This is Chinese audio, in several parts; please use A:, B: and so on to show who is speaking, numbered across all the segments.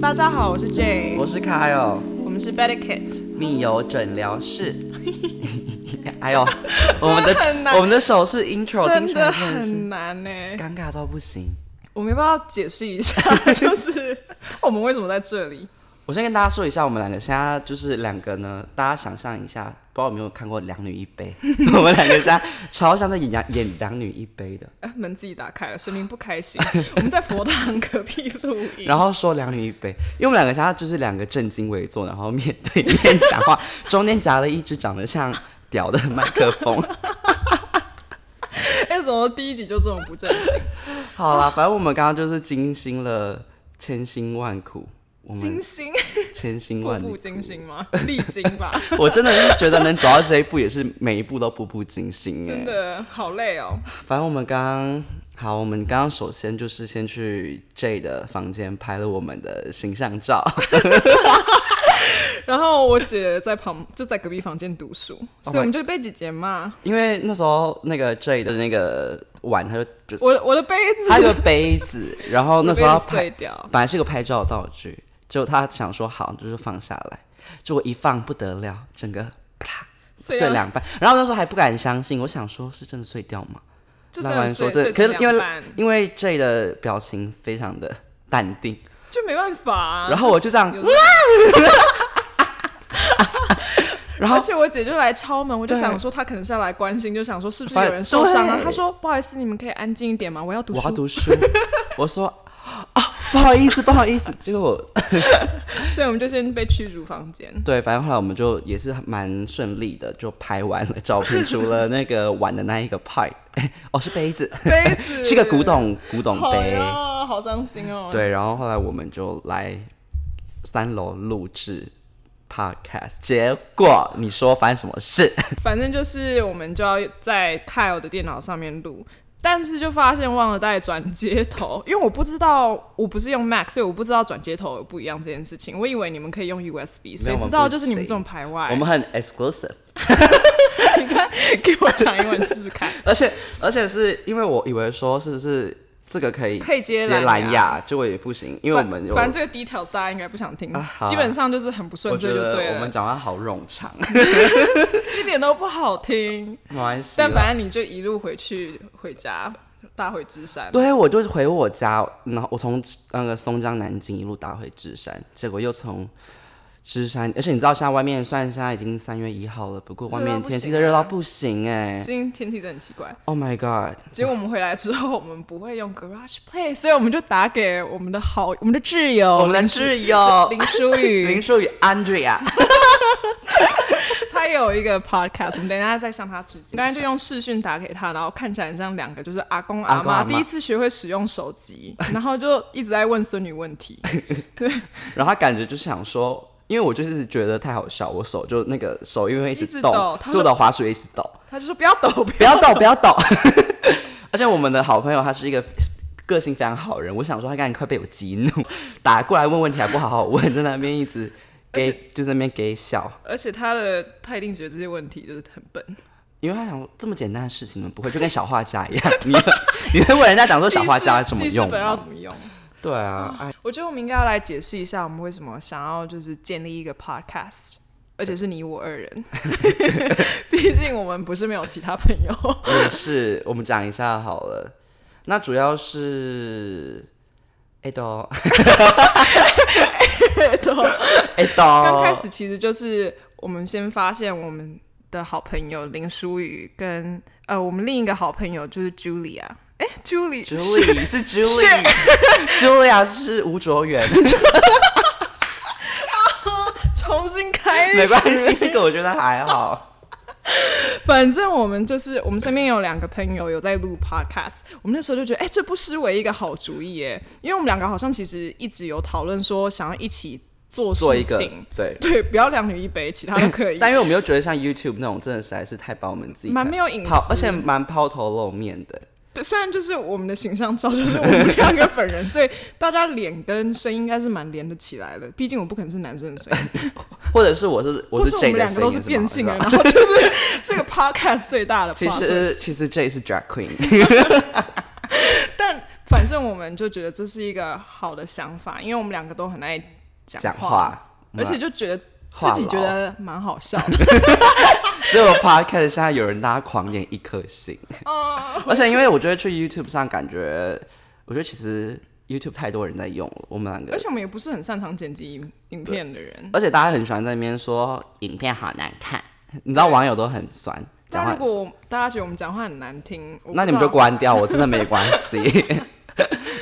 A: 大家好，我是 J，
B: 我是 Kyle，
A: 我们是 Better Kit，
B: 密友诊疗 室。还有我们
A: 真的很
B: 的
A: 难
B: 我们的手势 intro 听
A: 真
B: 起
A: 的
B: 来真的是
A: 很难呢、
B: 尴尬到不行。
A: 我没办法解释一下， 就是哦我们为什么在这里。
B: 我先跟大家说一下，我们两个现在就是两个呢，大家想象一下，不知道有没有看过《两女一杯》？ 我们两个现在超像在演两演《两女一杯》的，
A: 哎，门自己打开了，神明不开 心。我们在佛堂隔壁录音，
B: 然后说《两女一杯》，因为我们两个现在就是两个正襟危坐，然后面对面讲话，中间夹了一只长得像屌的麦克风。
A: 哎、怎么第一集就这么不正经？
B: 好啦，反正我们刚刚就是精心了千辛万苦， 我们
A: 金星，
B: 千辛
A: 步
B: 万
A: 步
B: 苦。
A: 惊心 吗？历经吧，
B: 我真的是觉得能走到这一步，也是每一步都步步惊心
A: 真
B: 哎。
A: 的好累哦。
B: 反正我们刚刚好，我们刚刚首先就是先去 J 的房间拍了我们的形象照，
A: 然后我姐在旁，就在隔壁房间读
B: Oh
A: 书，所以我们就被姐姐骂。
B: 因为那时候那个 J 的那个碗，他就就
A: 我我的杯
B: 他
A: 子，
B: 有个杯子，然后那时候
A: 我
B: 要
A: 的杯子
B: 拍
A: 碎，掉，
B: 本来是个拍照道具，结果他想说好，就是放下来，结果一放不得了，整个啪
A: 碎
B: 碎
A: 了
B: 两半，然后那时候还不敢相信，我想说是真的碎掉吗？
A: 就真
B: 浪
A: 的
B: 漫
A: 碎
B: 说
A: 碎
B: 这，
A: 成
B: 可是因
A: 两
B: 为
A: 半，
B: 因为 J 的表情非常的淡定，
A: 就没办法啊、
B: 然后我就这样，
A: 有
B: 哇 然后
A: 而且我姐就来敲门，我就
B: 对
A: 想说她可能是要来关心，就想说是不是
B: 反
A: 有人受伤啊？
B: 对
A: 她说不好意思，你们可以安静一点吗？我要读
B: 我
A: 书。
B: 要读书，我说啊不好意思不好意思，结果我
A: 所以我们就先被驱逐房间。
B: 对，反正后来我们就也是蛮顺利的，就拍完了照片，除了那个碗的那一个 part，哎 哦是杯子，
A: 杯子
B: 是个古董古董
A: 好
B: 杯，
A: 呀，好伤心哦。，
B: 对，然后后来我们就来三楼录制 podcast，结果你说发生什么事？
A: 反正就是我们就要在 Kyle 的电脑上面录。但是就发现忘了带转接头，因为我不知道我不是用 Mac，所以我不知道转接头有不一样这件事情。我以为你们可以用 USB，谁知道就是你们这种排外。
B: 我们很 exclusive。
A: 你看，给我讲英文试试看。
B: 而且而且是因为我以为说是不是这个可以
A: 可以接
B: 接
A: 蓝牙
B: 蓝牙，结果也不行， 因为我们有
A: 反反正这个 details 大家应该不想听，
B: 啊好啊
A: 基本上就是很不顺
B: 我
A: 遂
B: 觉
A: 就对
B: 得
A: 了，
B: 我们讲话好冗长，
A: 一点都不好听。
B: 没关系啦。
A: 但反正你就一路回去回家，大回芝山。
B: 对，我就回我家，然后我从那个松江南京一路打回芝山，结果又从芝山，而且你知道现在外面虽然现在已经三月一号了，不过外
A: 热到
B: 面
A: 不
B: 天气
A: 行
B: 都
A: 啊
B: 热到不行哎、
A: 最近天气真的很奇怪，
B: Oh my god！
A: 结果我们回来之后，我们不会用 Garage Play，所以我们就打给我们的好我们的挚友，
B: 我们的挚哦友
A: 林舒
B: 林
A: 雨，
B: 淑宇 Andrea，
A: 他有一个 podcast，我们等一下再向他致敬。刚才就用视讯打给他，然后看起来很像两个就是阿公
B: 阿
A: 阿
B: 公
A: 妈
B: 阿嬷
A: 第一次学会使用手 机，然后就一直在问孙女问 题。
B: 然后他感觉就想说，因为我就是觉得太好笑，我手就那个手因为一
A: 一直
B: 直
A: 抖
B: 动，
A: 他
B: 所以
A: 说
B: 我的滑鼠也一直抖，
A: 他就说不要抖，
B: 不要抖，不要抖。 而且我们的好朋友他是一个个性非常好人，我想说他刚才快被我激怒，打过来问问题还不好好问，在那边一直给就在那边给笑，
A: 而且他的他一定觉得这些问题就是很笨，
B: 因为他想说这么简单的事情你们不会，就跟小画家一样，你 你会问人家讲说小画家怎么
A: 记事
B: 用
A: 本要
B: 吗？
A: 怎么用？
B: 对啊，哎，
A: 我觉得我们应该要来解释一下，我们为什么想要就是建立一个 podcast，而且是你我二人， 毕竟我们不是没有其他朋友。
B: 也是，我们讲一下好了。那主要是，哎都，哎都，
A: 刚开始其实就是我们先发现我们的好朋友林淑宇跟呃我们另一个好朋友就是 Julia，哎、j u l i e
B: Julie 是 Julie，Julia 是吴 卓源，
A: 重新开，
B: 没关系，这个我觉得还好。
A: 反正我们就是我们身边有两个朋友有在录 podcast，我们那时候就觉得，哎、这不失为一个好主意耶，因为我们两个好像其实一直有讨论说想要一起做事
B: 做一个
A: 情，
B: 对，
A: 对，不要两女一杯，其他都可以。
B: 但因为我们又觉得像 YouTube 那种真的实在是太把我们自己
A: 蛮没有隐私
B: 抛，而且蛮抛头露面的。
A: 对虽然就是我们的形象照就是我们两个本 人，所以大家脸跟声音应该是蛮连得起来的。毕竟我不可能是男生的声 音，
B: 或者是我是我
A: 或
B: 是
A: 是我
B: J
A: 们
B: 的
A: 两个
B: 声
A: 都
B: 音
A: 是
B: 是
A: 变性
B: 吗啊
A: 人，然后就是这个 podcast 最大的 p
B: 其
A: o
B: 实其实 J 是 Drag Queen，
A: 但反正我们就觉得这是一个好的想法，因为我们两个都很爱讲
B: 讲
A: 话，
B: 话，嗯
A: 而且就觉得
B: 话
A: 自己觉
B: 痨
A: 得蛮好笑 的。
B: 只有 podcast 现在有人大家狂点一颗星，
A: 哦
B: 而且因为我觉得去 YouTube 上感觉，我觉得其实 YouTube 太多人在用了，我们两个
A: 而，且我们也不是很擅长剪辑影影片的人。
B: 而且大家很喜欢在那边说影片好难看，你知道网友都很酸，讲
A: 但
B: 话
A: 如
B: 很酸，
A: 果大家觉得我们讲话很难听，我不
B: 那你们
A: 知
B: 就
A: 道
B: 关掉，我真的没关 系。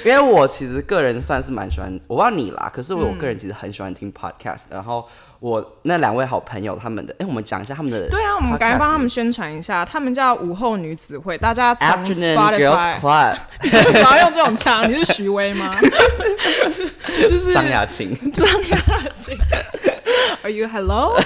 B: 因为我其实个人算是蛮喜欢，我不知道你啦，可是我个人
A: 嗯
B: 其实很喜欢听 podcast、然后我那两位好朋友他们的，哎、我们讲一下他们的。
A: 对啊，我们赶快帮他
B: podcast
A: 们宣传一下，他们叫午后女子会，大家从
B: Afternoon
A: Spotify
B: Girls Club，
A: 为什么要用这种腔？你是徐威吗？ 就是
B: 张雅琴。
A: Are you hello？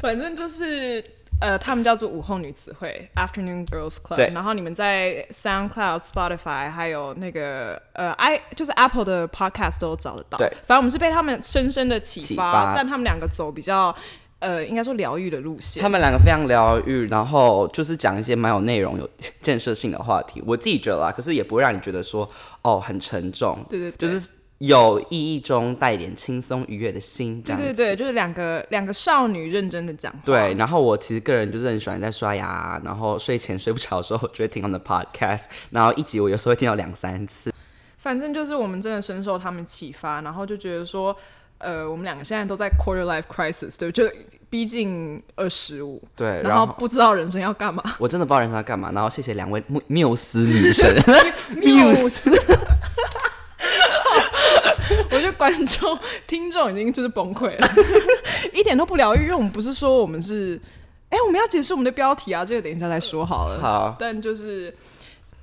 A: 反正就是呃，他们叫做午后女子会 （Afternoon Girls
B: 对
A: Club）。然后你们在 SoundCloud、Spotify 还有那个呃 i 就是 Apple 的 Podcast 都找得到。
B: 对
A: 反正我们是被他们深深的启
B: 启发
A: 但他们两个走比较呃，应该说疗愈的路线。
B: 他们两个非常疗愈，然后就是讲一些蛮有内容、有建设性的话题。我自己觉得啦，可是也不会让你觉得说哦很沉重，
A: 对对对，
B: 就是有意义中带一点轻松愉悦的心，这
A: 对
B: 样
A: 对
B: 子。
A: 对，就是两个两个少女认真的讲话。
B: 对，然后我其实个人就是很喜欢在刷牙啊，然后睡前睡不着的时候，我就会听他们的 podcast，然后一集我有时候会听到两三次。
A: 反正就是我们真的深受他们启发，然后就觉得说，呃，我们两个现在都在 quarter life crisis，对，就逼近二十五，
B: 对，
A: 然
B: 呃然
A: 后
B: 后
A: 不知道人生要干嘛，
B: 我真的不知道人生要干嘛，然后谢谢两位 缪缪斯女神，
A: 缪斯。我觉得观众、听众已经就是崩溃 了，一点都不疗愈。因为我们不是说我们是，哎、我们要解释我们的标题啊，这个等一下再说好了。
B: 好，
A: 但就是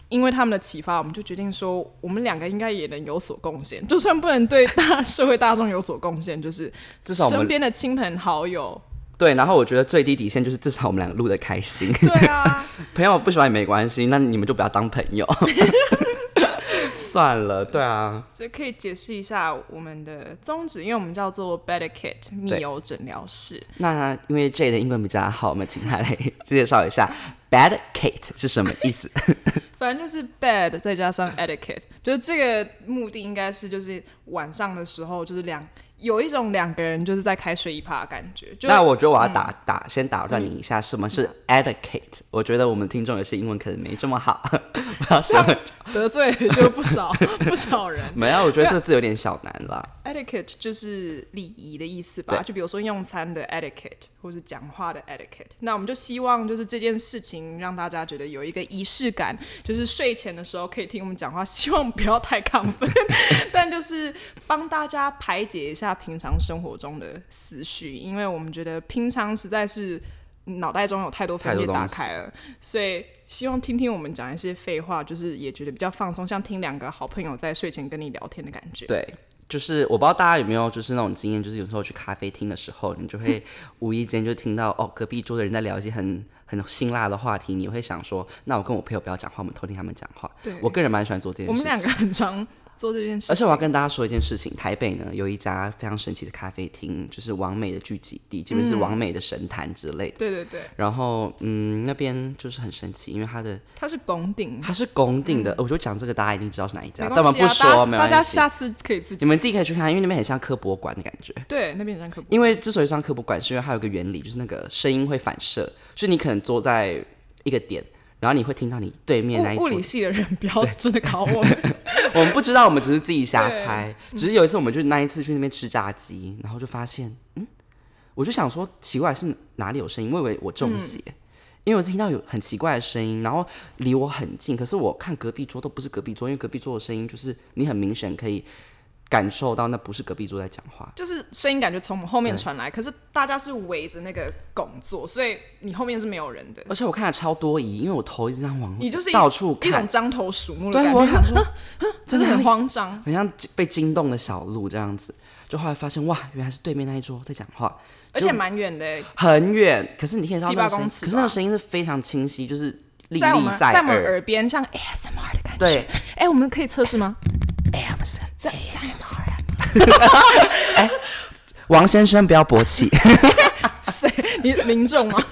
A: 因为他们的启发，我们就决定说，我们两个应该也能有所贡献，就算不能对大社会大众有所贡献，就是
B: 至少我们
A: 身边的亲朋好友。
B: 对，然后我觉得最低底线就是至少我们两个录的开心。
A: 对啊，
B: 朋友不喜欢也没关系，那你们就不要当朋 友。算了，对啊，
A: 所以可以解释一下我们的宗旨，因为我们叫做 Better Kit 密友诊疗室。
B: 那因为 J 的英文比较好，我们请他来介绍一下 bad Kate 是什么意 思。
A: 反正就是 bed 再加上 etiquette，就是 这个目的应该是就是晚上的时候，就是两有一种两个人就是在开睡衣趴的感觉。就
B: 那我觉得我要打、打先打断你一下，什么是 etiquette？我觉得我们听众有些英文可能没这么好，我要稍微
A: 得罪了就不少 不少人。
B: 没有，我觉得这个字有点小难啦。
A: etiquette 就是礼仪的意思吧？
B: 对
A: 就比如说用餐的 etiquette，或是讲话的 etiquette。那我们就希望就是这件事情让大家觉得有一个仪式感，就是睡前的时候可以听我们讲话，希望不要太亢 奋，但就是帮大家排解一下平常生活中的思绪，因为我们觉得平常实在是。脑袋中有太多分
B: 太
A: 界
B: 多东
A: 打
B: 西
A: 开了，所以希望听听我们讲一些废话，就是也觉得比较放松，像听两个好朋友在睡前跟你聊天的感觉。
B: 对，就是我不知道大家有没有就是那种经验，就是有时候去咖啡厅的时候，你 就会无意间就听到哦，隔壁桌的人在聊一些很很辛辣的话题，你会想说，那我跟我朋友不要讲话，我们偷听他们讲话。
A: 对
B: 我个人蛮喜欢做这件
A: 我
B: 事
A: 们
B: 情
A: 两。个很常做这件事情，
B: 而且我要跟大家说一件事情，台北呢有一家非常神奇的咖啡厅，就是王美的聚集地，基本是
A: 嗯
B: 王美的神坛之类的。
A: 对对对，
B: 然后，嗯，那边就是很神奇，因为它的
A: 它是拱顶，
B: 它是拱顶的，我就讲这个大家一定知道是哪一家，
A: 嗯没
B: 但我
A: 关
B: 们
A: 系啊
B: 不说，没
A: 大家大家
B: 关系，
A: 下次可以自
B: 你
A: 己
B: 们自己可以去看，因为那边很像科博馆的感觉。
A: 对那边人可不
B: 因为之所以上科普馆，是因为它有一个原理，就是那个声音会反射，就是你可能坐在一个点，然后你会听到你对面那一
A: 物物
B: 桌
A: 理。系的人不要真的考我们，
B: 我们不知道，我们只是自己瞎猜。只是有一次，我们就那一次去那边吃炸鸡，然后就发现，嗯，我就想说奇怪是哪里有声音，我以为我中邪。
A: 嗯
B: 因为我听到有很奇怪的声音，然后离我很近，可是我看隔壁桌都不是隔壁桌，因为隔壁桌的声音就是你很明显可以感受到那不是隔壁桌在讲话，
A: 就是声音感觉从我们后面传来，可是大家是围着那个拱坐，所以你后面是没有人的，
B: 而且我看了超多疑，因为我头一直在往
A: 你就是一
B: 到处
A: 一
B: 看，
A: 种獐头鼠目的
B: 对
A: 感
B: 我
A: 觉，
B: 想说，
A: 真
B: 真
A: 的
B: 的
A: 很
B: 很
A: 慌张。
B: 很像被惊动的小鹿这样子。就后来发现，哇，原来是对面那一桌在讲话，
A: 而且蛮远的欸，
B: 很远，可是你听得到
A: 七
B: 那
A: 八
B: 个声音
A: 公，尺
B: 可是那
A: 吧
B: 个声音是非常清晰，就是历历
A: 在我们在我们
B: 耳。
A: 耳边像 ASMR 的感觉。
B: 对，
A: 哎，我们可以测试吗？
B: 这这样哎，王先生不要勃起，
A: 谁？你民众吗？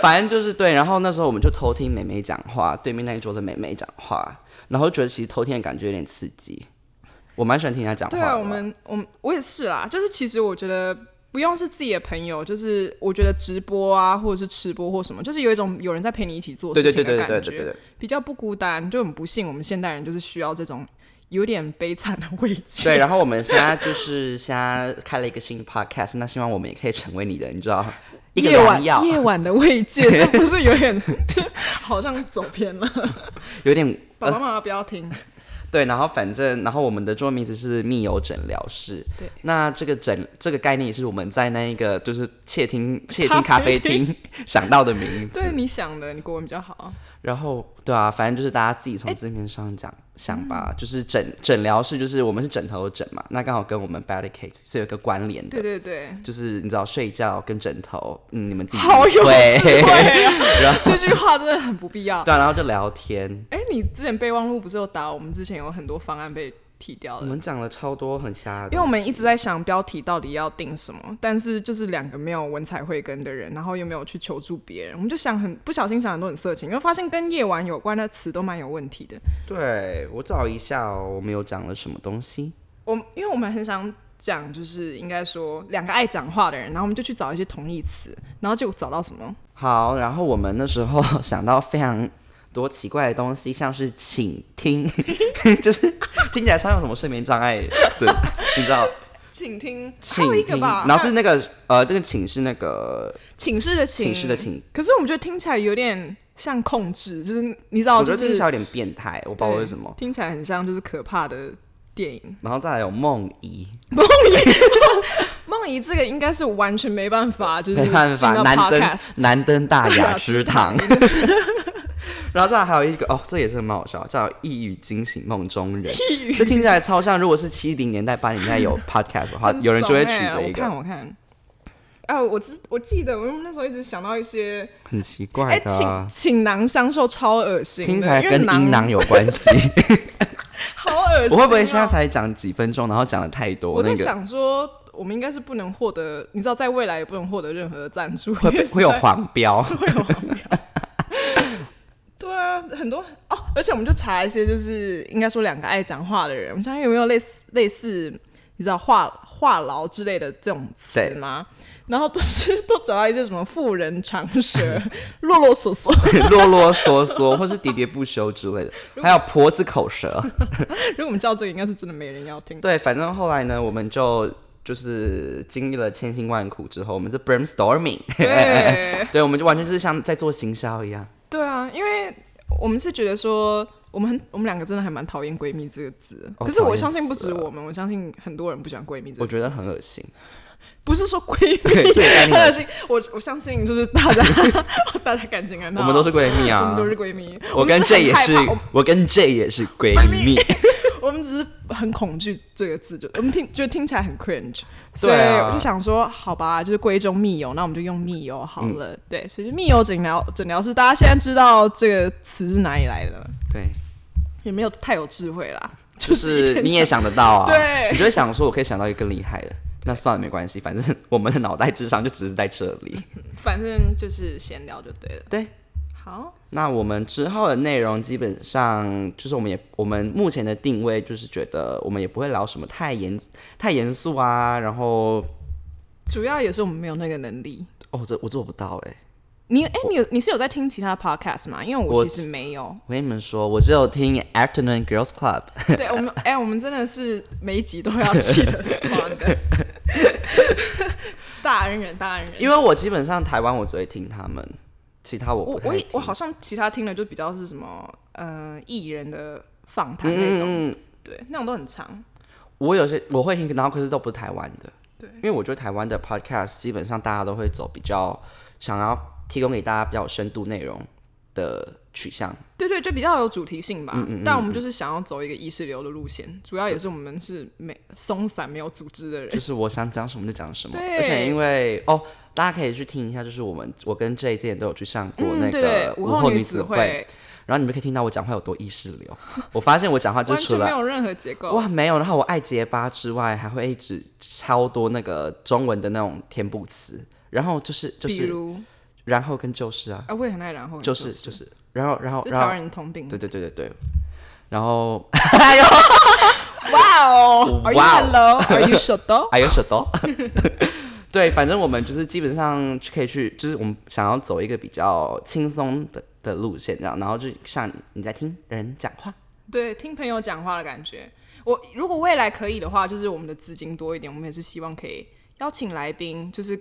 B: 反正就是对。然后那时候我们就偷听美美讲话，对面那一桌的美美讲话，然后觉得其实偷听的感觉有点刺激。我蛮喜欢听人家讲话
A: 对
B: 的啦。
A: 啊，我们我们我也是啦，就是其实我觉得不用是自己的朋友，就是我觉得直播啊，或者是吃播或什么，就是有一种有人在陪你一起做
B: 对
A: 事
B: 对对
A: 情
B: 对
A: 的
B: 对对
A: 感
B: 对对
A: 觉，，比较不孤单。就很不幸，我们现代人就是需要这种有点悲惨的慰藉。
B: 对，然后我们现在就是现在开了一个新的 podcast，那希望我们也可以成为你的，你知道，一个
A: 夜
B: 良
A: 晚
B: 药，
A: 夜晚的慰 藉，这不是有点好像走偏了？
B: 有点
A: 爸爸妈妈不要听。
B: 对，然后反正，然后我们的中文名字是密友诊疗室。
A: 对，
B: 那这个诊这个概念也是我们在那一个就是窃听窃听咖
A: 咖
B: 啡
A: 啡
B: 厅想到的名字。
A: 对你想的，你国文比较好。
B: 然后对啊，反正就是大家自
A: 哎
B: 己从字面上讲、想吧，就是诊诊疗室，就是我们是枕头的枕嘛，那刚好跟我们 barricade 是有一个关联的。
A: 对对 对，
B: 就是你知道睡觉跟枕头，嗯，你们自己
A: 好有智
B: 对
A: 慧啊！这句话真的很不必要。
B: 对啊，然后就聊天，
A: 哎、你之前备忘录不是有打？我们之前有很多方案被提掉
B: 我
A: 了，
B: 们讲了超多很瞎的东西，
A: 因为我们一直在想标题到底要定什么，但是就是两个没有文采慧根的人，然后又没有去求助别人，我们就想很不小心想很多很色情，因为发现跟夜晚有关的词都蛮有问题的。
B: 对我找一下哦，我们有讲了什么东西？
A: 我因为我们很想讲，就是应该说两个爱讲话的人，然后我们就去找一些同义词，然后结果找到什么？
B: 好，然后我们那时候 想到非常多奇怪的东西，像是倾听， 就是听起来像有什么睡眠障碍的，你 知道？
A: 请听，还
B: 倾
A: 有一个
B: 听，
A: 吧，
B: 然后是那个呃，这个请是那个
A: 寝室的
B: 寝室的请，
A: 可是我们觉得听起来有点像控制，就是你知道，
B: 我觉
A: 哦就
B: 得听
A: 是
B: 起来有点变态，我不知道为什么。
A: 听起来很像就是可怕的电影。
B: 然后再来有梦遗，
A: 梦怡这个应该是完全没办 法，就是
B: 没办法，
A: 进到
B: 难登
A: podcast。
B: 难登 大
A: 大
B: 雅
A: 雅
B: 之堂。 然后再来还有一个哦，这也是蛮好笑，叫《一语惊醒梦中人》， 这听起来超像。如果是七零年代、八零年代有 podcast 的话，
A: 很
B: 有人就会取
A: 怂欸
B: 这一
A: 我
B: 个
A: 看，，我看。哎、我知我记得，我那时候一直想到一些，
B: 很奇
A: 哎、
B: 怪的
A: 请
B: 啊、
A: 请囊相授超恶心的，
B: 听起来
A: 因
B: 跟
A: 为
B: 阴囊有 关系。
A: 好恶心、啊
B: 我会不会现在？才讲几分钟，然后讲的太多，
A: 我
B: 那
A: 在
B: 个
A: 想说，我们应该是不能获得，你知道，在未来也不能获得任何的赞助，
B: 会
A: 因为
B: 被
A: 实
B: 会有
A: 在
B: 黄 标？
A: 会有黄标。对啊，很多哦，而且我们就查一些，就是应该说两个爱讲话的人，我们相信有没有类似类似，你知道话话痨之类的这种词
B: 对
A: 吗？然后都是都找到一些什么妇人长舌、 啰啰嗦 嗦。
B: 啰啰嗦嗦，或是喋喋不休之类的，还有婆子口舌。
A: 如果我们叫这个，应该是真的没人要听。
B: 对，反正后来呢，我们就就是经历了千辛万苦之后，我们是 brainstorming，
A: 对
B: 对，我们就完全就是像在做行销一样。
A: 对啊，因为我们是觉得说，我们很我们两个真的还蛮讨厌“闺蜜”这个字，
B: 哦
A: 可是
B: 讨
A: 我
B: 厌
A: 相信不
B: 死
A: 止
B: 了
A: 我们，我相信很多人不喜欢“闺蜜”这个
B: 我
A: 字。
B: 觉得很恶心，
A: 不是说闺蜜，
B: 对这个概念
A: 很恶心。我我相信就是大家 大家感情很好，
B: 我们都是闺蜜
A: 我
B: 啊
A: 们，都是闺蜜。
B: 我跟
A: 这
B: J 也是
A: 我们，
B: 我跟 J 也是闺 蜜，
A: 我们只是很恐惧这个字，就我们听就听起来很 cringe，所以
B: 对啊
A: 我就想说，好吧，就是闺中密友，那我们就用密友好了。
B: 嗯
A: 对，所以就密友诊疗诊疗室，大家现在知道这个词是哪里来的了，
B: 对，
A: 也没有太有智慧啦，
B: 就是是你也想得到啊，
A: 对
B: 你就会想说，我可以想到一个更厉害的，那算了，没关系，反正我们的脑袋智商就只是在这里。
A: 反正就是闲聊就对了。
B: 对，
A: 好，
B: 那我们之后的内容基本上就是我们也我们目前的定位就是觉得我们也不会聊什么太严太严肃啊，然后
A: 主要也是我们没有那个能力。
B: 哦这我做不到哎、
A: 你哎、你有你是有在听其他 podcast 吗？因为
B: 我
A: 我其 实没有。
B: 我跟你们说，我只有听 Afternoon Girls Club，
A: 对我们哎、我们真的是每一集都要记 得 spon 的。 大恩人，大恩人。
B: 因为我基本上台湾我只会听他们，其他我
A: 我
B: 不太
A: 我也
B: 听
A: 我好像其他听的就比较是什么呃艺人的访谈那种，
B: 嗯嗯嗯，
A: 对，那种都很长。
B: 我有些我会听，然后可是都不是台湾的，
A: 对
B: 因为我觉得台湾的 podcast 基本上大家都会走比较想要提供给大家比较有深度内容的取向。
A: 对对，就比较有主题性吧。
B: 嗯
A: 但我们就是想要走一个意识流的路线，主要也是我们是没松散、没有组织的
B: 就
A: 人。
B: 是我想讲什么就讲什么。
A: 对
B: 而且因为哦，大家可以去听一下，就是我们我跟 J 之前都有去上过那
A: 嗯，对对
B: 个，
A: 午
B: 后
A: 女
B: 子
A: 子
B: 会，，然后你们可以听到我讲话有多意识流。 我发现我讲话就
A: 完
B: 除
A: 全没
B: 了。
A: 有任何结构。
B: 哇，没有！然后我爱结巴之外，还会一直超多那个中文的那种填补词，然后就是就
A: 比
B: 是，
A: 如
B: 然后跟就是啊，
A: 啊，我也很爱然后
B: 就是
A: 是
B: 就是，然后然后
A: 这是
B: 然
A: 台
B: 后
A: 湾人通病。
B: 对对对对对，然后哎呦，
A: 哇哦，Are you
B: 哇哦
A: hello？Are you shut up？
B: 哎呦，舌头。 对，反正我们就是基本上可以去，就是我们想要走一个比较轻松的的路线，这样，然后就像你在听人讲话，
A: 对，听朋友讲话的感觉。我如果未来可以的话，就是我们的资金多一点，我们也是希望可以邀请来宾，就是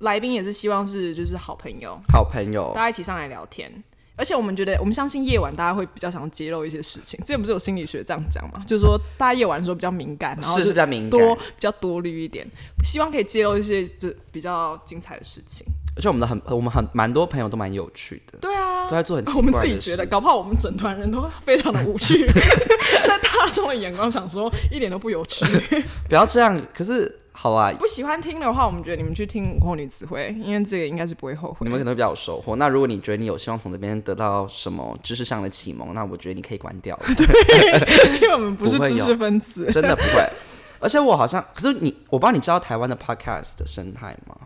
A: 来宾也是希望是就是好朋友，
B: 好朋友
A: 大家一起上来聊天。而且我们觉得，我们相信夜晚大家会比较想要揭露一些事情。之前不是有心理学这样讲嘛，就是说大家夜晚的时候比较敏感，然后
B: 是是
A: 就
B: 比较敏感，
A: 多比较多虑一点，希望可以揭露一些就比较精彩的事情。
B: 而且我们的很我们很蛮多朋友都蛮有趣的，
A: 对啊
B: 都，在做很奇
A: 我
B: 怪的
A: 们
B: 事
A: 自己觉得，搞不好我们整团人都非常的无 趣，在大众的眼光想说一点都不有趣。
B: 不要这样。可是好啊，
A: 不喜欢听的话，我们觉得你们去听午后女子会，因为这个应该是不会后悔
B: 你。们可能会比较有收获。那如果你觉得你有希望从这边得到什么知识上的启蒙，那我觉得你可以关掉了，
A: 因为我们不是
B: 不会
A: 知
B: 有
A: 识分 子，
B: 真的不会。而且我好像，可是你，我不知道你知道台湾的 podcast 的生态吗？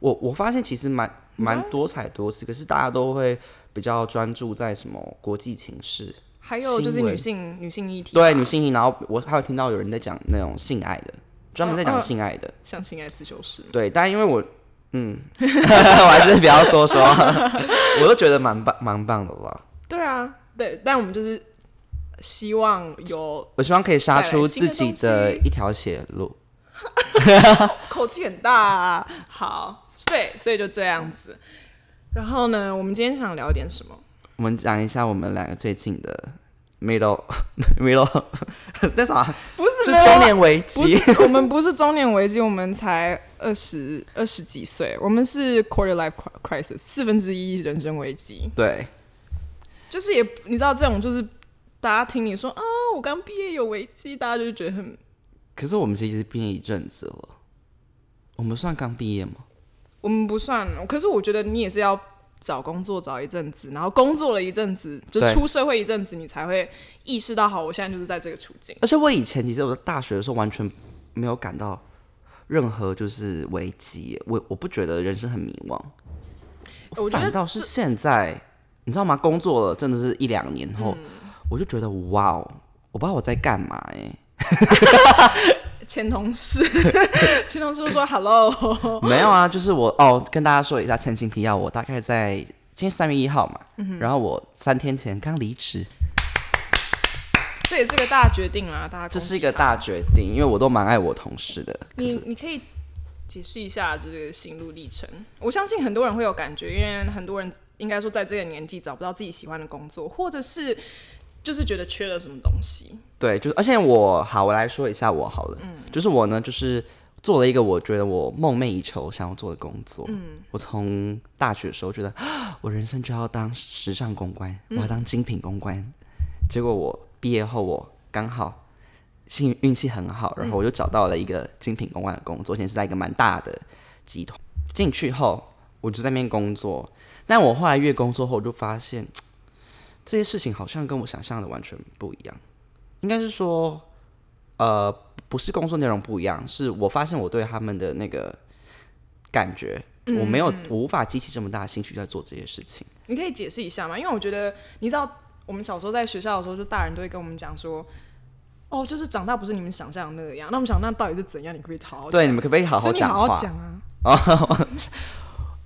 B: 我我发现其实蛮蛮多彩多姿，可是大家都会比较专注在什么国际情势，
A: 还有就是
B: 新闻
A: 女性女性议题吧，啊
B: 对女啊性议，然后我还有听到有人在讲那种性爱的，专门在
A: 嗯
B: 讲
A: 嗯
B: 性爱的。
A: 像性爱自修室，
B: 对，但因为我， 嗯，我还是不要多说， 我都觉得蛮棒，蛮棒的啦。
A: 对啊，对，但我们就是希望有
B: 我希望可以杀
A: 带
B: 出
A: 来新的
B: 自己
A: 东
B: 的
A: 西
B: 一条血路。
A: 口气很大、啊，好，对，所以就这样子。然后呢，我们今天想聊点什么？
B: 我们讲一下我们两个最近的 middle middle 那啥，
A: 不是
B: 就
A: 没有啊
B: 中年危
A: 不
B: 机。
A: 是，我们不是中年危机，我们才二十二十几岁，我们是 quarter life crisis，四分之一人生危机。
B: 对，
A: 就是也你知道这种，就是大家听你说啊，我刚毕业有危机，大家就觉得很
B: 可是我们其实毕业一阵子了，我们算刚毕业吗？
A: 我们不算。可是我觉得你也是要找工作找一阵子，然后工作了一阵子，就
B: 对
A: 出社会一阵子，你才会意识到，好，我现在就是在这个处 境。
B: 而且我以前其实我在大学的时候完全没有感到任何就是危机，我我不觉得人生很迷惘。
A: 我觉
B: 反
A: 得
B: 倒是现在，你知道吗？工作了真的是一两年后，
A: 嗯
B: 我就觉得哇哦，我不知道我在干嘛哎、
A: 前同事， 前同事就说 hello，
B: 没有啊，就是我哦，跟大家说一下前情提要，我大概在今天三月一号嘛，然后我三天前刚离职，
A: 这也是个大决定啦，大家
B: 这
A: 恭
B: 是一
A: 喜
B: 个
A: 他
B: 大决定，因为我都蛮爱我同事的。可
A: 你
B: 是
A: 你可以解释一下这个心路历程。我相信很多人会有感觉，因为很多人应该说在这个年纪找不到自己喜欢的工作，或者是就是觉得缺了什么东西。
B: 对，就是而且我好，我来说一下我好了，就是我呢，就是做了一个我觉得我梦寐以求想要做的工作。我从大学的时候觉得，啊我人生就要当时尚公关，我要当精品公关。结果我毕业后，我刚好幸运气很好，然后我就找到了一个精品公关的工作，而且是在一个蛮大的集团。进去后，我就在那边工作，但我后来越工作后，我就发现这些事情好像跟我想象的完全不一样。应该是说，呃，不是工作内容不一样，是我发现我对他们的那个感觉，
A: 嗯
B: 我没有我无法激起这么大的兴趣在做这些事情。
A: 你可以解释一下吗？因为我觉得你知道，我们小时候在学校的时候，就大人都会跟我们讲说。哦，就是长大不是你们想象的那样。那我们想，那到底是怎样？你可不可以好好
B: 对，你
A: 讲
B: 们可不可以好
A: 所以你
B: 讲
A: 好
B: 话？
A: 好讲啊！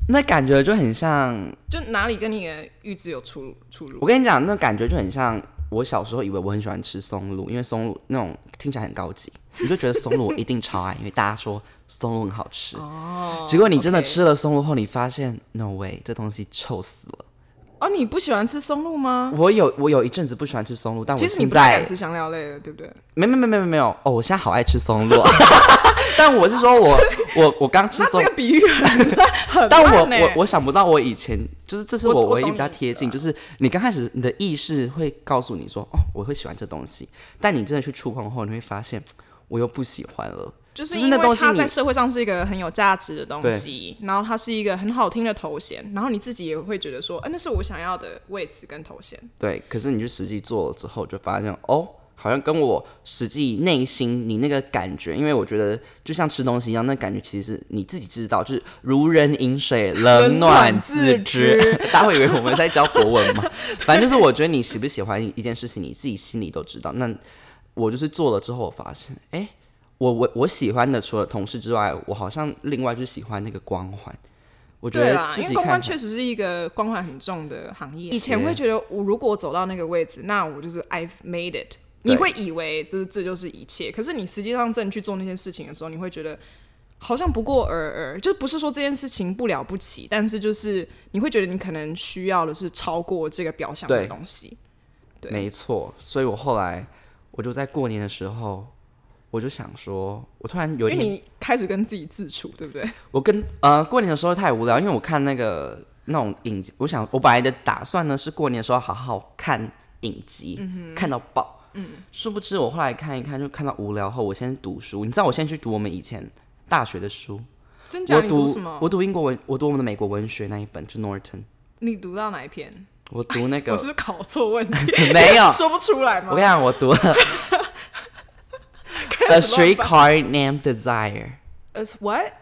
B: 那感觉就很像，
A: 就哪里跟你的预知有出入出入？
B: 我跟你讲，那感觉就很像我小时候以为我很喜欢吃松露，因为松露那种听起来很高级，你就觉得松露我一定超爱，因为大家说松露很好吃。
A: 哦
B: 结果你真的
A: OK
B: 吃了松露后，你发现 no way，这东西臭死了。
A: 哦？你不喜欢吃松露吗？
B: 我有我有一阵子不喜欢吃松露，但我
A: 其实你
B: 现
A: 不太
B: 在
A: 敢吃香料类的，对不对？
B: 没没没没没没有哦，我现在好爱吃松露啊， 但我是说 我我我刚吃
A: 那
B: 松
A: 这，个比喻很 很
B: 但我
A: 烂欸
B: 我我想不到我以前就是这是
A: 我
B: 我
A: 我
B: 唯一
A: 懂
B: 比较
A: 你的意
B: 贴
A: 思
B: 近，
A: 啊
B: 就是你刚开始你的意识会告诉你说哦我会喜欢这东西，但你真的去触碰后，你会发现我又不喜欢了。
A: 就是
B: 就是
A: 因
B: 那
A: 为
B: 东西
A: 它在
B: 你
A: 社会上是一个很有价值的东西，然后它是一个很好听的头衔，然后你自己也会觉得说，哎、那是我想要的位置跟头衔。
B: 对，可是你去实际做了之后，就发现哦，好像跟我实际内心你那个感觉，因为我觉得就像吃东西一样，那感觉其实是你自己知道，就是如人饮水，冷
A: 冷暖
B: 暖
A: 自
B: 自
A: 知
B: 知。 大家会以为我们在教国文嘛？反正就是我觉得你喜不喜欢一件事情，你自己心里都知道。那我就是做了之后，我发现，哎、我我我喜欢的除了同事之外，我好像另外就喜欢那个光环。我觉
A: 对
B: 得
A: 啦，
B: 自
A: 因为
B: 己
A: 公
B: 看
A: 关
B: 起来
A: 确实是一个光环很重的行业。
B: 是
A: 以前会觉得，我如果我走到那个位置，那我就是 I've made it。你会以为就是这就是一切，可是你实际上正去做那些事情的时候，你会觉得好像不过尔尔，就不是说这件事情不了不起，但是就是你会觉得你可能需要的是超过这个表象的
B: 对
A: 东西。对
B: 没错，所以我后来我就在过年的时候，我就想说，我突然有
A: 因
B: 一
A: 为
B: 点
A: 你开始跟自己自处，对不对？
B: 我跟呃过年的时候太无聊，因为我看那个那种影集，我想我本来的打算呢是过年的时候好好看影集，看到爆。嗯，殊不知我后来看一看，就看到无聊后，我先读书。你知道我先去读我们以前大学的书，
A: 真假？
B: 我
A: 你读
B: 读
A: 什么？
B: 我读英国文，我读我们的美国文学那一本，就 Norton。
A: 你读到哪一篇？
B: 我读那个
A: 哦我是不是考错问题，
B: 没有，
A: 说不出来
B: 我
A: 吗
B: 跟你？讲，我读了 A
A: 开始乱
B: Streetcar Named Desire，A
A: As 呃 what？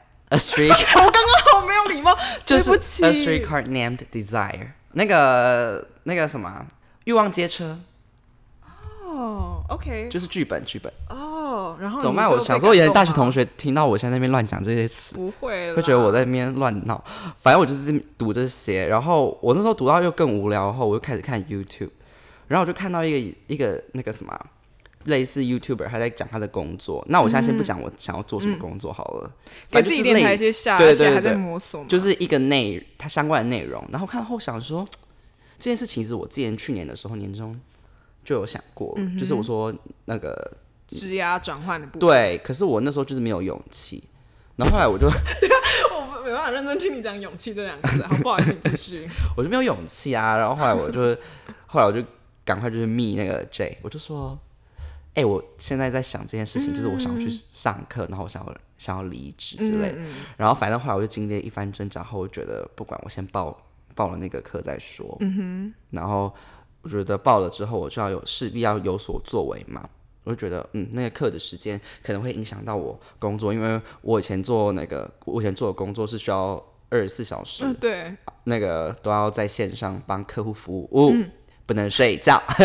B: Street
A: 我刚刚好没有礼貌，
B: 就
A: 对
B: 是呃
A: 不起
B: A。Streetcar Named Desire，那个那个什么啊欲望街车，
A: 哦，OK，
B: 就是剧本剧本。
A: 哦，然后
B: 怎么
A: 你
B: 办？
A: 就
B: 我
A: 被
B: 想说，我以前大学同
A: 感
B: 学听到我现在那边乱讲这些词，
A: 动吗不会啦，
B: 会觉得我在那边乱闹。反正我就是读这些，然后我那时候读到又更无聊后，我就开始看 YouTube，然后我就看到一个一个那个什么啊、类似 YouTuber，他在讲他的工作。那我现在先不讲我想要做什么工作好了，
A: 嗯给
B: 反
A: 自
B: 正就是
A: 己电
B: 类
A: 台一些下，
B: 对
A: 而且
B: 对
A: 还
B: 对
A: 在摸索嘛，
B: 就是一个内它相关的内容。然后看后想说，这件事情是我之前去年的时候年终就有想过了，
A: 嗯
B: 就是我说那个
A: 职涯转换的部分。
B: 对，可是我那时候就是没有勇气。然后后来我就
A: 我哦没办法认真听你讲勇气这两个字，好不好意思，你继 续。
B: 我就没有勇气啊。然后后来我 就后来我就赶快就是密那个 J，我就说，哎、我现在在想这件事情，就是我想去上课，然后我想要想要离职之类的。然后反正后来我就经历了一番挣扎后，我觉得不管我先报报了那个课再说。嗯哼。然后我觉得报了之后，我就要有势必要有所作为嘛。我就觉得，嗯，那个课的时间可能会影响到我工作，因为我以前做那个，我以前做的工作是需要二十四小时
A: 嗯，对，
B: 那个都要在线上帮客户服务，哦
A: 嗯
B: 不能睡觉，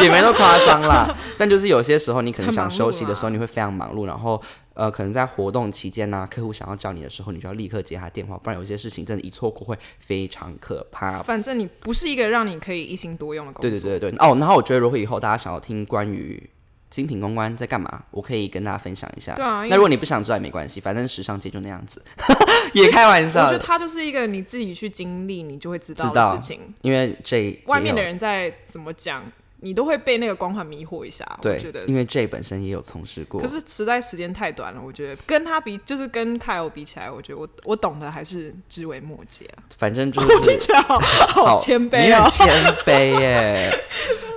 B: 也没那么夸张 啦。但就是有些时候，你可能
A: 很忙
B: 想
A: 碌
B: 休息的
A: 啦
B: 时候，你会非常忙碌，然后呃，可能在活动期间呢、客户想要叫你的时候，你就要立刻接他电话，不然有些事情真的一错过会非常可怕。
A: 反正你不是一个让你可以一心多用的工作。
B: 啊对对对对，哦，然后我觉得如果以后大家想要听关于精品公关在干嘛，我可以跟大家分享一下。
A: 对啊因为
B: 那如果你不想知道也没关系，反正时尚界就那样子， 也开玩
A: 我觉
B: 笑
A: 得，它就是一个你自己去经历，你就会知道
B: 知
A: 的
B: 道
A: 事情。
B: 因为这
A: 外面
B: 也有
A: 的人在怎么讲，你都会被那个光环迷惑一下。我觉
B: 对
A: 得，
B: 因为 J 本身也有从事过
A: 可，是实在时间太短了，我觉得跟他比，就是跟凯欧比起来，我觉得我我懂的还是枝微末节啊。
B: 反正 就是
A: 我听起来好好谦卑
B: 你
A: 啊
B: 很！谦卑耶。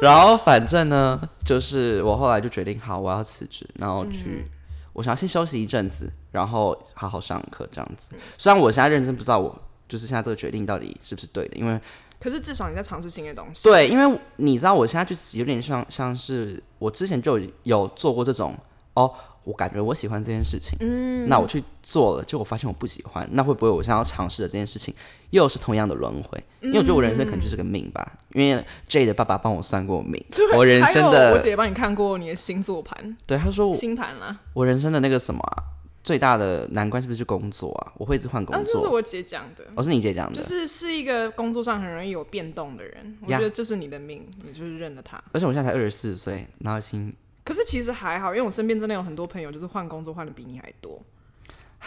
B: 然后反正呢，就是我后来就决定，好，我要辞职，然后去，
A: 嗯
B: 我想要先休息一阵子，然后好好上课这样子。虽然我现在认真不知道我。就是现在这个决定到底是不是对的？因为
A: 可是至少你在尝试新的东西。
B: 对，因为你知道，我现在就是有点像像是我之前就有有做过这种哦，我感觉我喜欢这件事情，
A: 嗯，
B: 那我去做了，结果发现我不喜欢，那会不会我想要尝试的这件事情又是同样的轮回？因为我觉得我人生可能
A: 嗯
B: 就是个命吧，因为 J 的爸爸帮我算过命，我人生
A: 还有我
B: 的
A: 姐也帮你看过你的星座盘、哦
B: 对他说我
A: 星盘啦。
B: 我人生的那个什么啊、最大的难关是不是就工作啊？我会一直换
A: 啊，
B: 工
A: 这是
B: 作，
A: 我姐讲的，
B: 哦是你姐讲的，
A: 就是是一个工作上很容易有变动的人。我
B: 呀
A: 觉得这是你的命，你就是认了他。
B: 而且我现在才二十四岁，然后已经
A: 可是其实还好，因为我身边真的有很多朋友，就是换工作换的比你还多。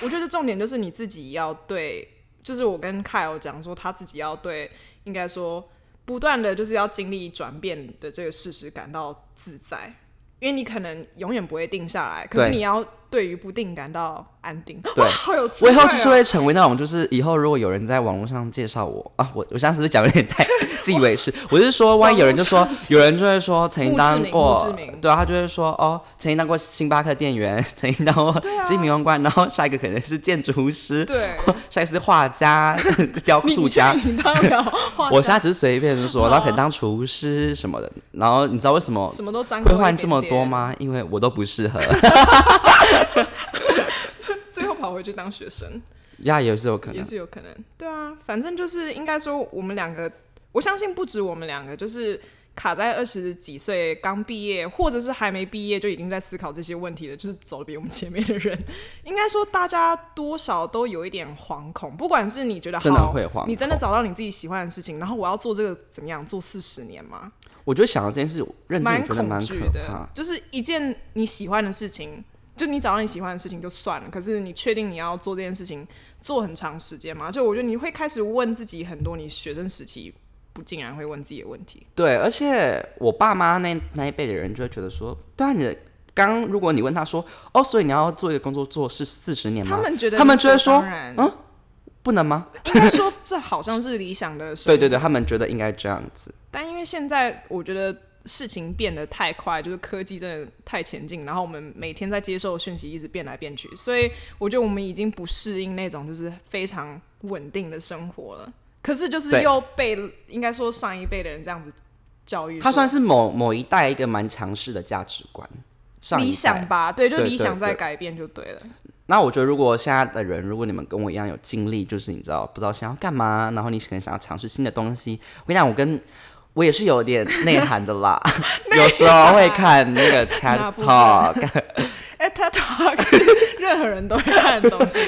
A: 我觉得重点就是你自己要对，就是我跟 Kyle 讲说，他自己要对，应该说不断的就是要经历转变的这个事实感到自在，因为你可能永远不会定下来，可是
B: 对
A: 你要对于不定感到安定。
B: 对
A: 哇好有智
B: 我
A: 慧、
B: 以
A: 哦。
B: 后就是会成为那种，就是以后如果有人在网络上介绍我啊，我我上次讲有点太自以为是，我是说，万一有人 就说，有人就会说曾经当
A: 墓志
B: 过
A: 铭墓志铭，
B: 对啊，他就会说哦，曾经当过星巴克店员， 曾经当过精品公关，然后下一个可能是建筑师，
A: 啊对，
B: 下一个是画家、 雕
A: 你
B: 塑家。
A: 你当然画 哦
B: 我现在只是随便说，然后可能当厨师什么的，然后你知道为什么
A: 什么都沾过
B: 会
A: 一
B: 换
A: 点
B: 这么多
A: 点？
B: 吗？因为我都不 适合
A: 最后跑回去当学生。
B: 呀，也是有可能
A: 也。是有可能。对啊，反正就是应该说我们两个，我相信不止我们两个，就是卡在二十几岁刚毕业，或者是还没毕业就已经在思考这些问题的，就是走的比我们前面的人，应该说大家多少都有一点惶恐。不管是你觉得
B: 真的
A: 好
B: 会惶恐
A: 你真的找到你自己喜欢的事情，然后我要做这个怎么样做四十年吗？
B: 我觉得想到这件事，认真
A: 蛮
B: 我觉得
A: 恐
B: 蛮可
A: 惧
B: 怕
A: 的。。就是一件你喜欢的事情，就你找到你喜欢的事情就算了，可是你确定你要做这件事情做很长时间吗？就我觉得你会开始问自己很多你学生时期不竟然会问自己的问题。
B: 对，而且我爸妈那那一辈的人就会觉得说，对啊，你的刚如果你问他说，哦，所以你要做一个工作做是四十年吗？
A: 他们觉得
B: 他们
A: 理所
B: 就会说
A: 当然
B: 嗯不能吗？
A: 应该说这好像是理想的生活
B: 对对对，他们觉得应该这样子。
A: 但因为现在我觉得事情变得太快，就是科技真的太前进，然后我们每天在接受的讯息一直变来变去，所以我觉得我们已经不适应那种就是非常稳定的生活了。可是就是
B: 对
A: 又被应该说上一辈的人这样子教育说，
B: 他算是某某一代一个蛮强势的价值观，上一代
A: 理想吧？对，就
B: 对
A: 理想
B: 对
A: 在
B: 对
A: 改变就对 了。
B: 那我觉得，如果现在的人，如果你们跟我一样有经历，就是你知道不知道想要干嘛，然后你可能想要尝试新的东西。我跟你讲，我跟我也是有点内涵的 啦，有时候会看那个
A: 哪
B: TED
A: 部分
B: Talk。
A: 哎、t e d Talk 是任何人都会看的东西，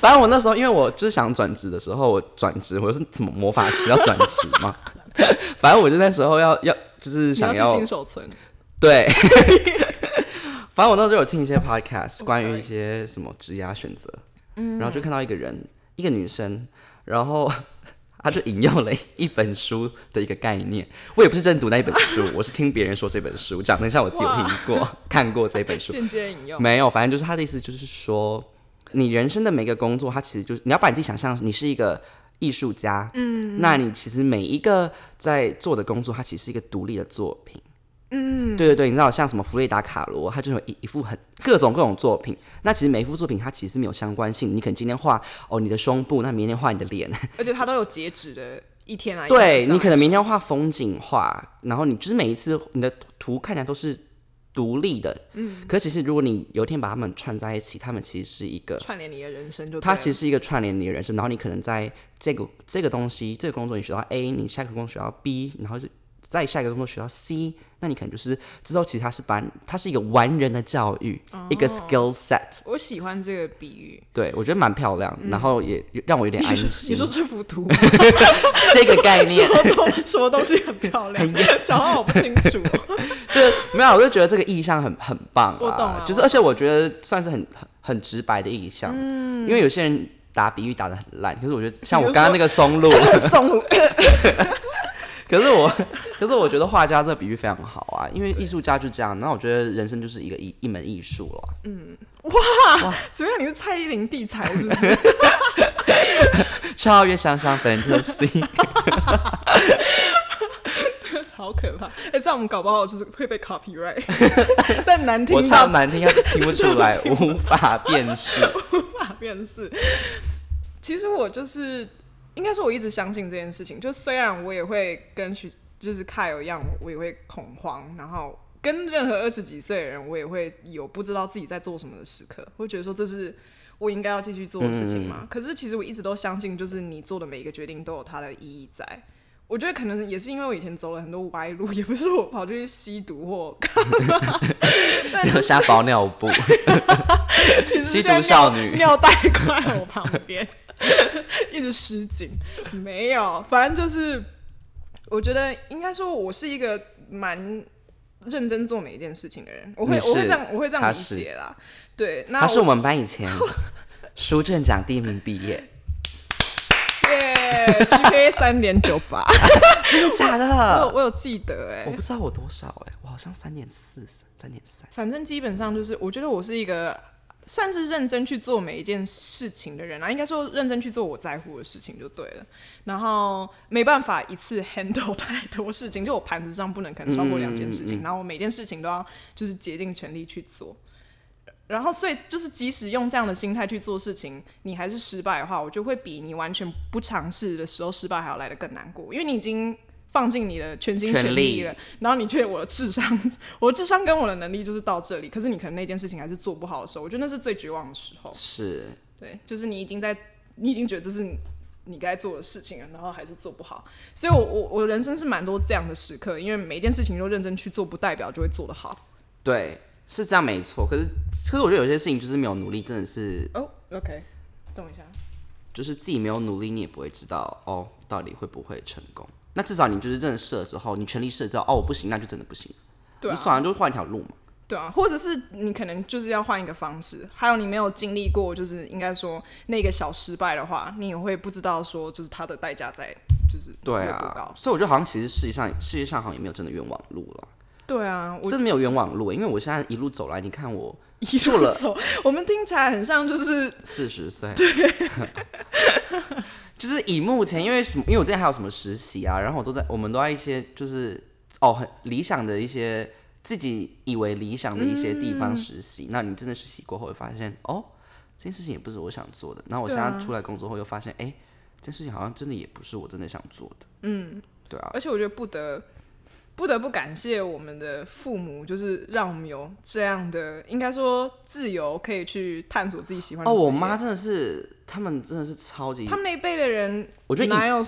B: 反正我那时候，因为我就是想转职的时候，我转职，我是怎么魔法师要转职嘛？反正我就那时候要要就是
A: 你
B: 想
A: 要去新手村。
B: 对，反正我那时候有听一些 podcast，
A: Oh,
B: 关于
A: sorry.
B: 一些什么职涯选择，
A: 嗯
B: 然后就看到一个人，一个女生，然后 她就引用了一本书的一个概念。我也不是真的读那一本 书，我是听别人说这本书，讲了一下我自己有听过、看过这本书，
A: 间接引用，
B: 没有，反正就是他的意思，就是说，你人生的每个工作，它其实就是你要把你自己想象你是一个艺术家，嗯，那你其实每一个在做的工作，它其实是一个独立的作品。嗯，对对对，你知道像什么弗瑞达卡罗，他就有一一幅很各种各种作品。那其实每一幅作品它其实没有相关性，你可能今天画哦你的胸部，那明天画你的脸，
A: 而且它都有截止的一天啊。一
B: 对
A: 天上
B: 你可能
A: 来
B: 明天要画风景画，然后你就是每一次你的图看起来都是独立的，嗯，可其实如果你有一天把它们串在一起，它们其实是一个，
A: 串联你的人生就
B: 它
A: 对了
B: 其实是一个串联你的人生，然后你可能在这个这个东西这个工作你学到 A，你下个工作学到 B，然后是再下一个工作学到 C，那你可能就是之后其实它是把它是一个完人的教育，一个 skill set，
A: 我喜欢这个比喻。
B: 对我觉得蛮漂亮，然后也让我有点安 心，
A: 你说这幅 图吗
B: 这个概
A: 什
B: 念。
A: 么东什么东西很漂亮？讲话我不清楚 哦。
B: 就是没有，我就觉得这个意象很很棒、啊，
A: 我懂啊
B: 就是而且我觉得算是很很很直白的意象，嗯，因为有些人打比喻打的很烂，可是我觉得像我刚刚那个松露，
A: 松，
B: 可是我可是我觉得画家这个比喻非常好啊，因为艺术家就这样，那我觉得人生就是一个一一门艺术了，
A: 怎么样？你是蔡依林地才是不 是？
B: 超越香香 fantasy，
A: 好可怕！哎、这样我们搞不好就是会被 copyright，但难听
B: 我
A: 到
B: 唱难听，他听不出来，无法辨 识。
A: 法面试。其实我就是，应该说我一直相信这件事情。就虽然我也会跟许，就是 Kyle 一样，我也会恐慌，然后跟任何二十几岁的人，我也会有不知道自己在做什么的时刻，会觉得说这是我应该要继续做的事情
B: 嗯
A: 吗？可是其实我一直都相信，就是你做的每一个决定都有它的意义在。我觉得可能也是因为我以前走了很多歪路，也不是我跑去吸毒或
B: 瞎包尿 布，
A: 其实
B: 吸毒
A: 现在
B: 少
A: 尿
B: 女
A: 尿袋挂在我旁边， 一直失禁。没有，反正就是，我觉得应该说我是一个蛮认真做每一件事情的人，我会
B: 你是
A: 我会这样我会这样
B: 他
A: 理
B: 是
A: 解啦。对，那
B: 他是
A: 我
B: 我们班以前书政奖第一名毕业，
A: 耶 GPA 三点九 八，
B: 真的假
A: 我
B: 的
A: 有？我有记得哎、
B: 我不知道我多少哎、我好像三点四、三点三。
A: 反正基本上就是，我觉得我是一个算是认真去做每一件事情的人啊，应该说认真去做我在乎的事情就对了。然后没办法一次 handle 太多事情，就我盘子上不能可能超过两件事情，然后我每件事情都要就是竭尽全力去做。然后，所以就是，即使用这样的心态去做事情，你还是失败的话，我就会比你完全不尝试的时候失败还要来得更难过，因为你已经放尽你的全心
B: 全
A: 全
B: 力
A: 力了，然后你觉得我的智商我的智商跟我的能力就是到这里，可是你可能那件事情还是做不好的时候，我觉得那是最绝望的时候。
B: 是，
A: 对，就是你已经在，你已经觉得这是你该做的事情了，然后还是做不好。所以我，我我人生是蛮多这样的时刻，因为每一件事情都认真去做，不代表就会做得好。
B: 对，是这样没错。可是，可是我觉得有些事情就是没有努力，真的是
A: 哦、o k 等我一下。
B: 就是自己没有努力，你也不会知道哦，到底会不会成功。那至少你就是真的试了之后，你全力试了之后，哦，我不行，那就真的不行。
A: 对
B: 你
A: 啊，
B: 反而就换一条路嘛。
A: 对啊，或者是你可能就是要换一个方式，还有你没有经历过，就是应该说那个小失败的话，你也会不知道说就是它的代价在就是
B: 对
A: 有多
B: 啊
A: 高，。
B: 所以我觉得好像其实世界上世界上好像也没有真的冤枉路了，
A: 对啊，我
B: 真的没有冤枉路，欸因为我现在一路走来，你看我
A: 一
B: 做
A: 路
B: 了
A: 走，我们听起来很像就是
B: 四十岁， 就是以目前因为什么，因为我之前还有什么实习啊，然后我都在我们都在一些就是哦很理想的一些自己以为理想的一些地
A: 嗯
B: 方实习，那你真的实习过后会发现哦这件事情也不是我想做的，然后我
A: 对
B: 现
A: 啊
B: 在出来工作后又发现哎、这件事情好像真的也不是我真的想做的，嗯，对啊，
A: 而且我觉得不得不得不感谢我们的父母，就是让我们有这样的，应该说自由，可以去探索自己喜欢的
B: 哦
A: 职业
B: 我妈真的是他们真的是超级
A: 他们那一辈的人，
B: 我觉得以
A: 哪有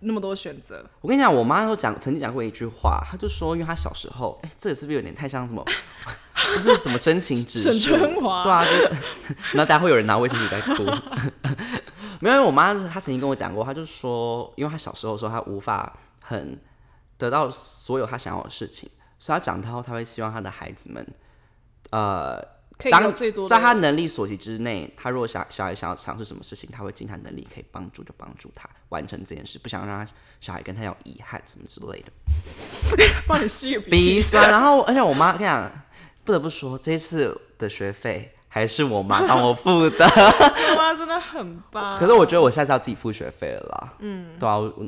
A: 那么多选择？
B: 我跟你讲，我妈都讲曾经讲过一句话，她就说，因为她小时候，哎、这也是不是有点太像什么， 就是什么真情指
A: 沈
B: 数？
A: 春华
B: 对啊，就是 然后大家会有人拿卫生纸在哭。 没有，因为我妈她曾经跟我讲过，她就说，因为她小时候的时候，她无法很得到所有她想要的事情，所以她长大后，她会希望她的孩子们，呃，
A: 可以
B: 当
A: 有最多的
B: 在他能力所及之内，他如果想小孩想要尝试什么事情，他会尽他能力可以帮助就帮助他完成这件事，不想让他小孩跟他有遗憾什么之类的。
A: 帮你吸个
B: 鼻
A: 鼻涕。
B: 酸，然后而且我妈跟你讲，不得不说这一次的学费还是我妈帮我付的，
A: 妈妈真的很棒，
B: 可是我觉得我下次要自己付学费了啦。嗯，对啊，我我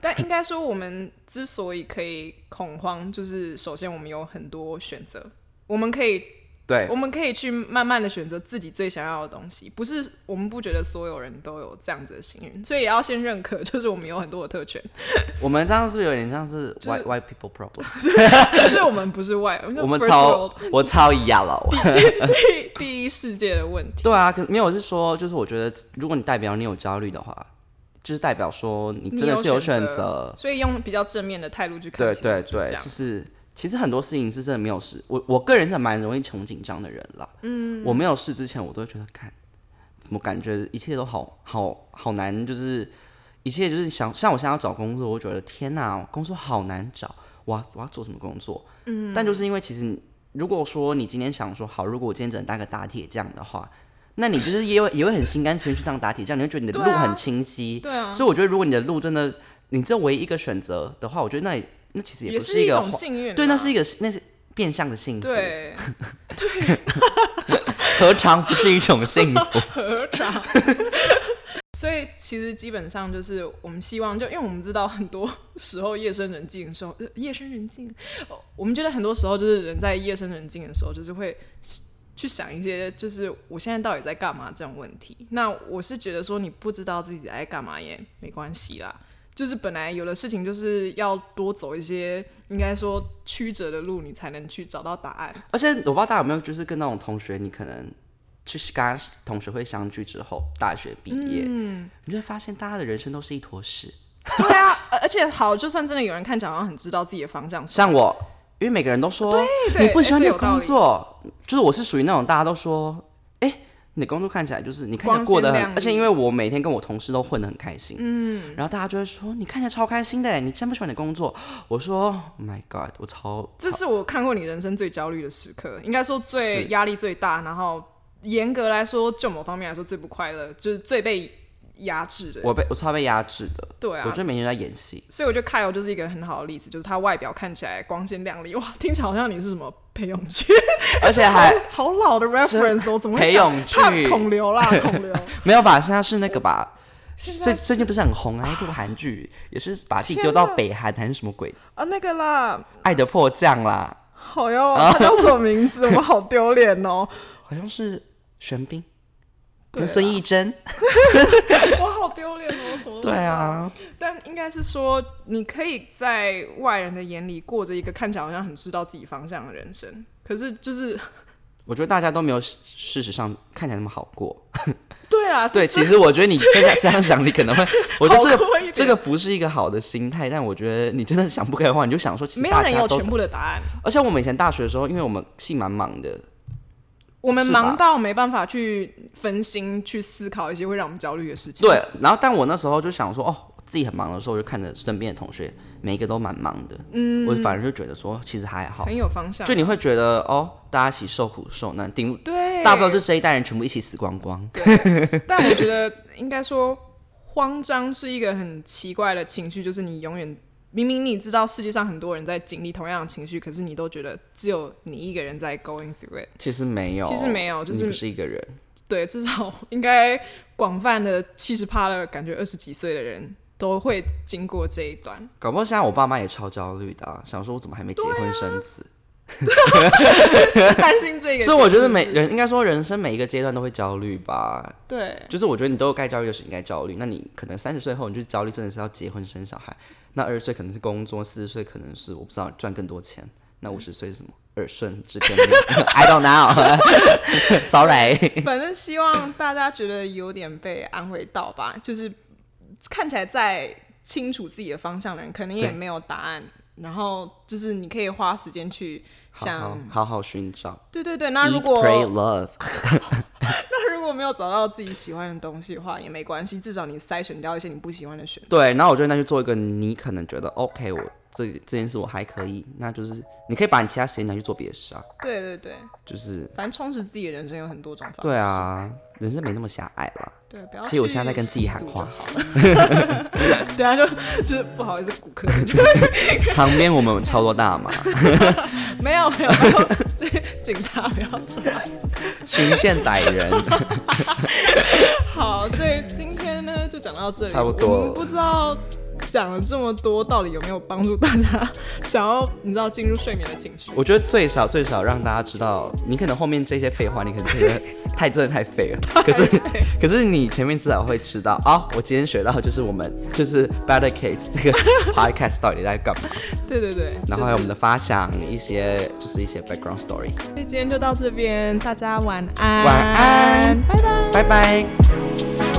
A: 但应该说我们之所以可以恐慌，就是首先我们有很多选择，我们可以
B: 对
A: 我们可以去慢慢的选择自己最想要的东西，不是我们不觉得所有人都有这样子的幸运，所以也要先认可，就是我们有很多的特 权，
B: 我们这样是不是有点像是
A: 就是
B: white white people problem？
A: 只是我们不是外，
B: 我们
A: first
B: 超
A: world
B: 我超 yellow。
A: 第第一世界的问题，
B: 对啊，可没有我是说，就是我觉得，如果你代表你有焦虑的话，就是代表说你真的是
A: 有
B: 选
A: 择
B: 择，。
A: 所以用比较正面的态度去看
B: 对
A: 事情，
B: 对
A: 就是
B: 对
A: 这，样
B: 就是其实很多事情是真的没有试。我我个人是蛮容易穷紧张的人啦。嗯，我没有试之前，我都会觉得，看怎么感觉一切都好好好难，就是一切就是想像我现在要找工作，我觉得天哪，工作好难找，我要我要做什么工作？嗯，但就是因为其实你如果说你今天想说好，如果我今天只能当个打铁匠的话。那你就是也会也会很心甘情愿去当打铁匠，你会觉得你的
A: 对
B: 路
A: 啊
B: 很清晰，
A: 对啊，
B: 所以我觉得，如果你的路真的，你这唯一一个选择的话，我觉得那也那其实
A: 也
B: 不
A: 是
B: 一个
A: 种
B: 坏
A: 幸运啦，
B: 对，那是一个那是变相的幸福，，
A: 对，
B: 何尝不是一种幸福？
A: 合掌。所以其实基本上就是我们希望，就因为我们知道很多时候夜深人静的时候，呃夜深人静，哦我们觉得很多时候就是人在夜深人静的时候，就是会去想一些就是我现在到底在干嘛这种问题。那我是觉得说你不知道自己在干嘛也没关系啦。就是本来有的事情就是要多走一些，应该说曲折的路，你才能去找到答案。
B: 而且我不知道大家有没有，就是跟那种同学，你可能就是跟他同学会相聚之后，大学毕业，嗯，你就会发现大家的人生都是一坨屎。
A: 对啊，而而且好，就算真的有人看起来好像很知道自己的方向是
B: 像我，因为每个人都说
A: 对
B: 你不喜欢
A: 哎
B: 你
A: 这
B: 的
A: 有道
B: 工
A: 理
B: 作，就是我是属于那种大家都说，哎、你的工作看起来就是你看起来
A: 光
B: 过得
A: 鲜
B: 很
A: 亮，
B: 而且
A: 丽
B: 因为我每天跟我同事都混得很开心，嗯，然后大家就会说你看起来超开心的，你真不喜欢你的工作。我说、oh、，My God，我超
A: 这是我看过你人生最焦虑的时刻，应该说最
B: 是
A: 压力最大，然后严格来说，就某方面来说最不快乐，就是最被压制的。
B: 我被我超被压制的，
A: 对
B: 我
A: 啊
B: 觉，得每天都在演戏。
A: 所以我觉得 Kyle 就是一个很好的例子，就是他外表看起来光鲜亮丽，哇，听起来好像你是什么裴勇俊，
B: 而且还
A: 好好老的 reference，我怎么会
B: 裴
A: 讲
B: 勇俊
A: 他孔刘 啦，孔刘，
B: 没有吧？现在是那 个吧？最
A: 在
B: 最近不是很红啊，一部韩剧也是把自己丢到北韩还是什么鬼，《
A: 啊那个啦，
B: 爱的迫降》啦，
A: 好哟，
B: 哦
A: 他叫什么名字？我们好丢脸哦，
B: 好像是玄彬
A: 对啊
B: 跟孙艺珍。
A: 我好丢脸哦，我什么都不
B: 对啊，
A: 但应该是说，你可以在外人的眼里过着一个看起来好像很知道自己方向的人生，可是就是
B: 我觉得大家都没有事事实上看起来那么好过。
A: 对啦，
B: 对，
A: 这
B: 其实我觉得你这样这样想，你可 能会，我觉得这
A: 好
B: 个
A: 过一点
B: 这个不是一个好的心态。但我觉得你真的想不开的话，你就想说，其实
A: 没有
B: 大
A: 人有
B: 家都
A: 全，部的答案。
B: 而且我们以前大学的时候，因为我们系蛮忙的，
A: 我们
B: 是吧
A: 忙到没办法去分心去思考一些会让我们焦虑的事情。，
B: 对。然后，但我那时候就想说，哦，自己很忙的时候，我就看着身边的同学，每一个都蛮忙的，嗯，我反而就觉得说，其实还好
A: 很，有方向。
B: 就你会觉得哦，大家一起受苦受难，顶
A: 对，
B: 大不了就这一代人全部一起死光光。
A: 但我觉得应该说，慌张是一个很奇怪的情绪，就是你永远明明你知道世界上很多人在经历同样的情绪，可是你都觉得只有你一个人在 going through it。
B: 其实没有，
A: 其实没有就是
B: 你不是一个人。
A: 对，至少 应该广泛的七十趴的感觉，二十几岁的人都会经过这一段。
B: 搞不好现在我爸妈也超焦虑的、啊，想说我怎么还没结婚生子。
A: 是担心这个，
B: 所以我觉得每
A: 是不是
B: 人应该说人生每一个阶段都会焦虑吧，
A: 对
B: 就是我觉得你都有该焦虑的事情该焦虑。那你可能三十岁后你就焦虑，真的是要结婚生小孩。那二十岁可能是工作，四十岁可能是我不知道赚更多钱。那五十岁是什么？耳顺之天命 ，I don't know 。Sorry，
A: 反正希望大家觉得有点被安慰到吧，就是看起来再清楚自己的方向的人，可能也
B: 对
A: 没有答案。然后就是你可以花时间去
B: 好
A: 想，
B: 好好好寻找。
A: 对对对。那如
B: Eat, pray,
A: 果
B: love。
A: 那如果没有找到自己喜欢的东西的话，也没关系，至少你筛选掉一些你不喜欢的选。
B: 对，然后我就那就做一个你可能觉得 OK，我这这件事我还可以，那就是你可以把你其他时间拿去做别的事啊，
A: 对对对，
B: 就是
A: 反正充实自己的人生有很多种方式。
B: 对，啊，人生没那么狭隘啦。
A: 对，不要。
B: 其实我现在在跟自己喊话，
A: 等下就就是不好意思，骨科
B: 旁边我们有超多大麻，
A: 没有没有， 然后这警察不要出来。
B: 群线逮人，
A: 好，所以今天呢就讲到这里，
B: 差不多了
A: 我们不知道讲了这么多，到底有没有帮助大家想要你知道进入睡眠的情绪？
B: 我觉得最少最少让大家知道，你可能后面这些废话，你可能觉得太真的太废了，可是可是你前面至少会知道哦，我今天学到就是我们就是 Better Kids 这个 podcast 到底在干嘛，
A: 对对对，
B: 然后还有我们
A: 的，
B: 的发想一些就是一些 background story。
A: 所以今天就到这边，大家晚安，
B: 晚安
A: 拜拜。
B: 拜拜。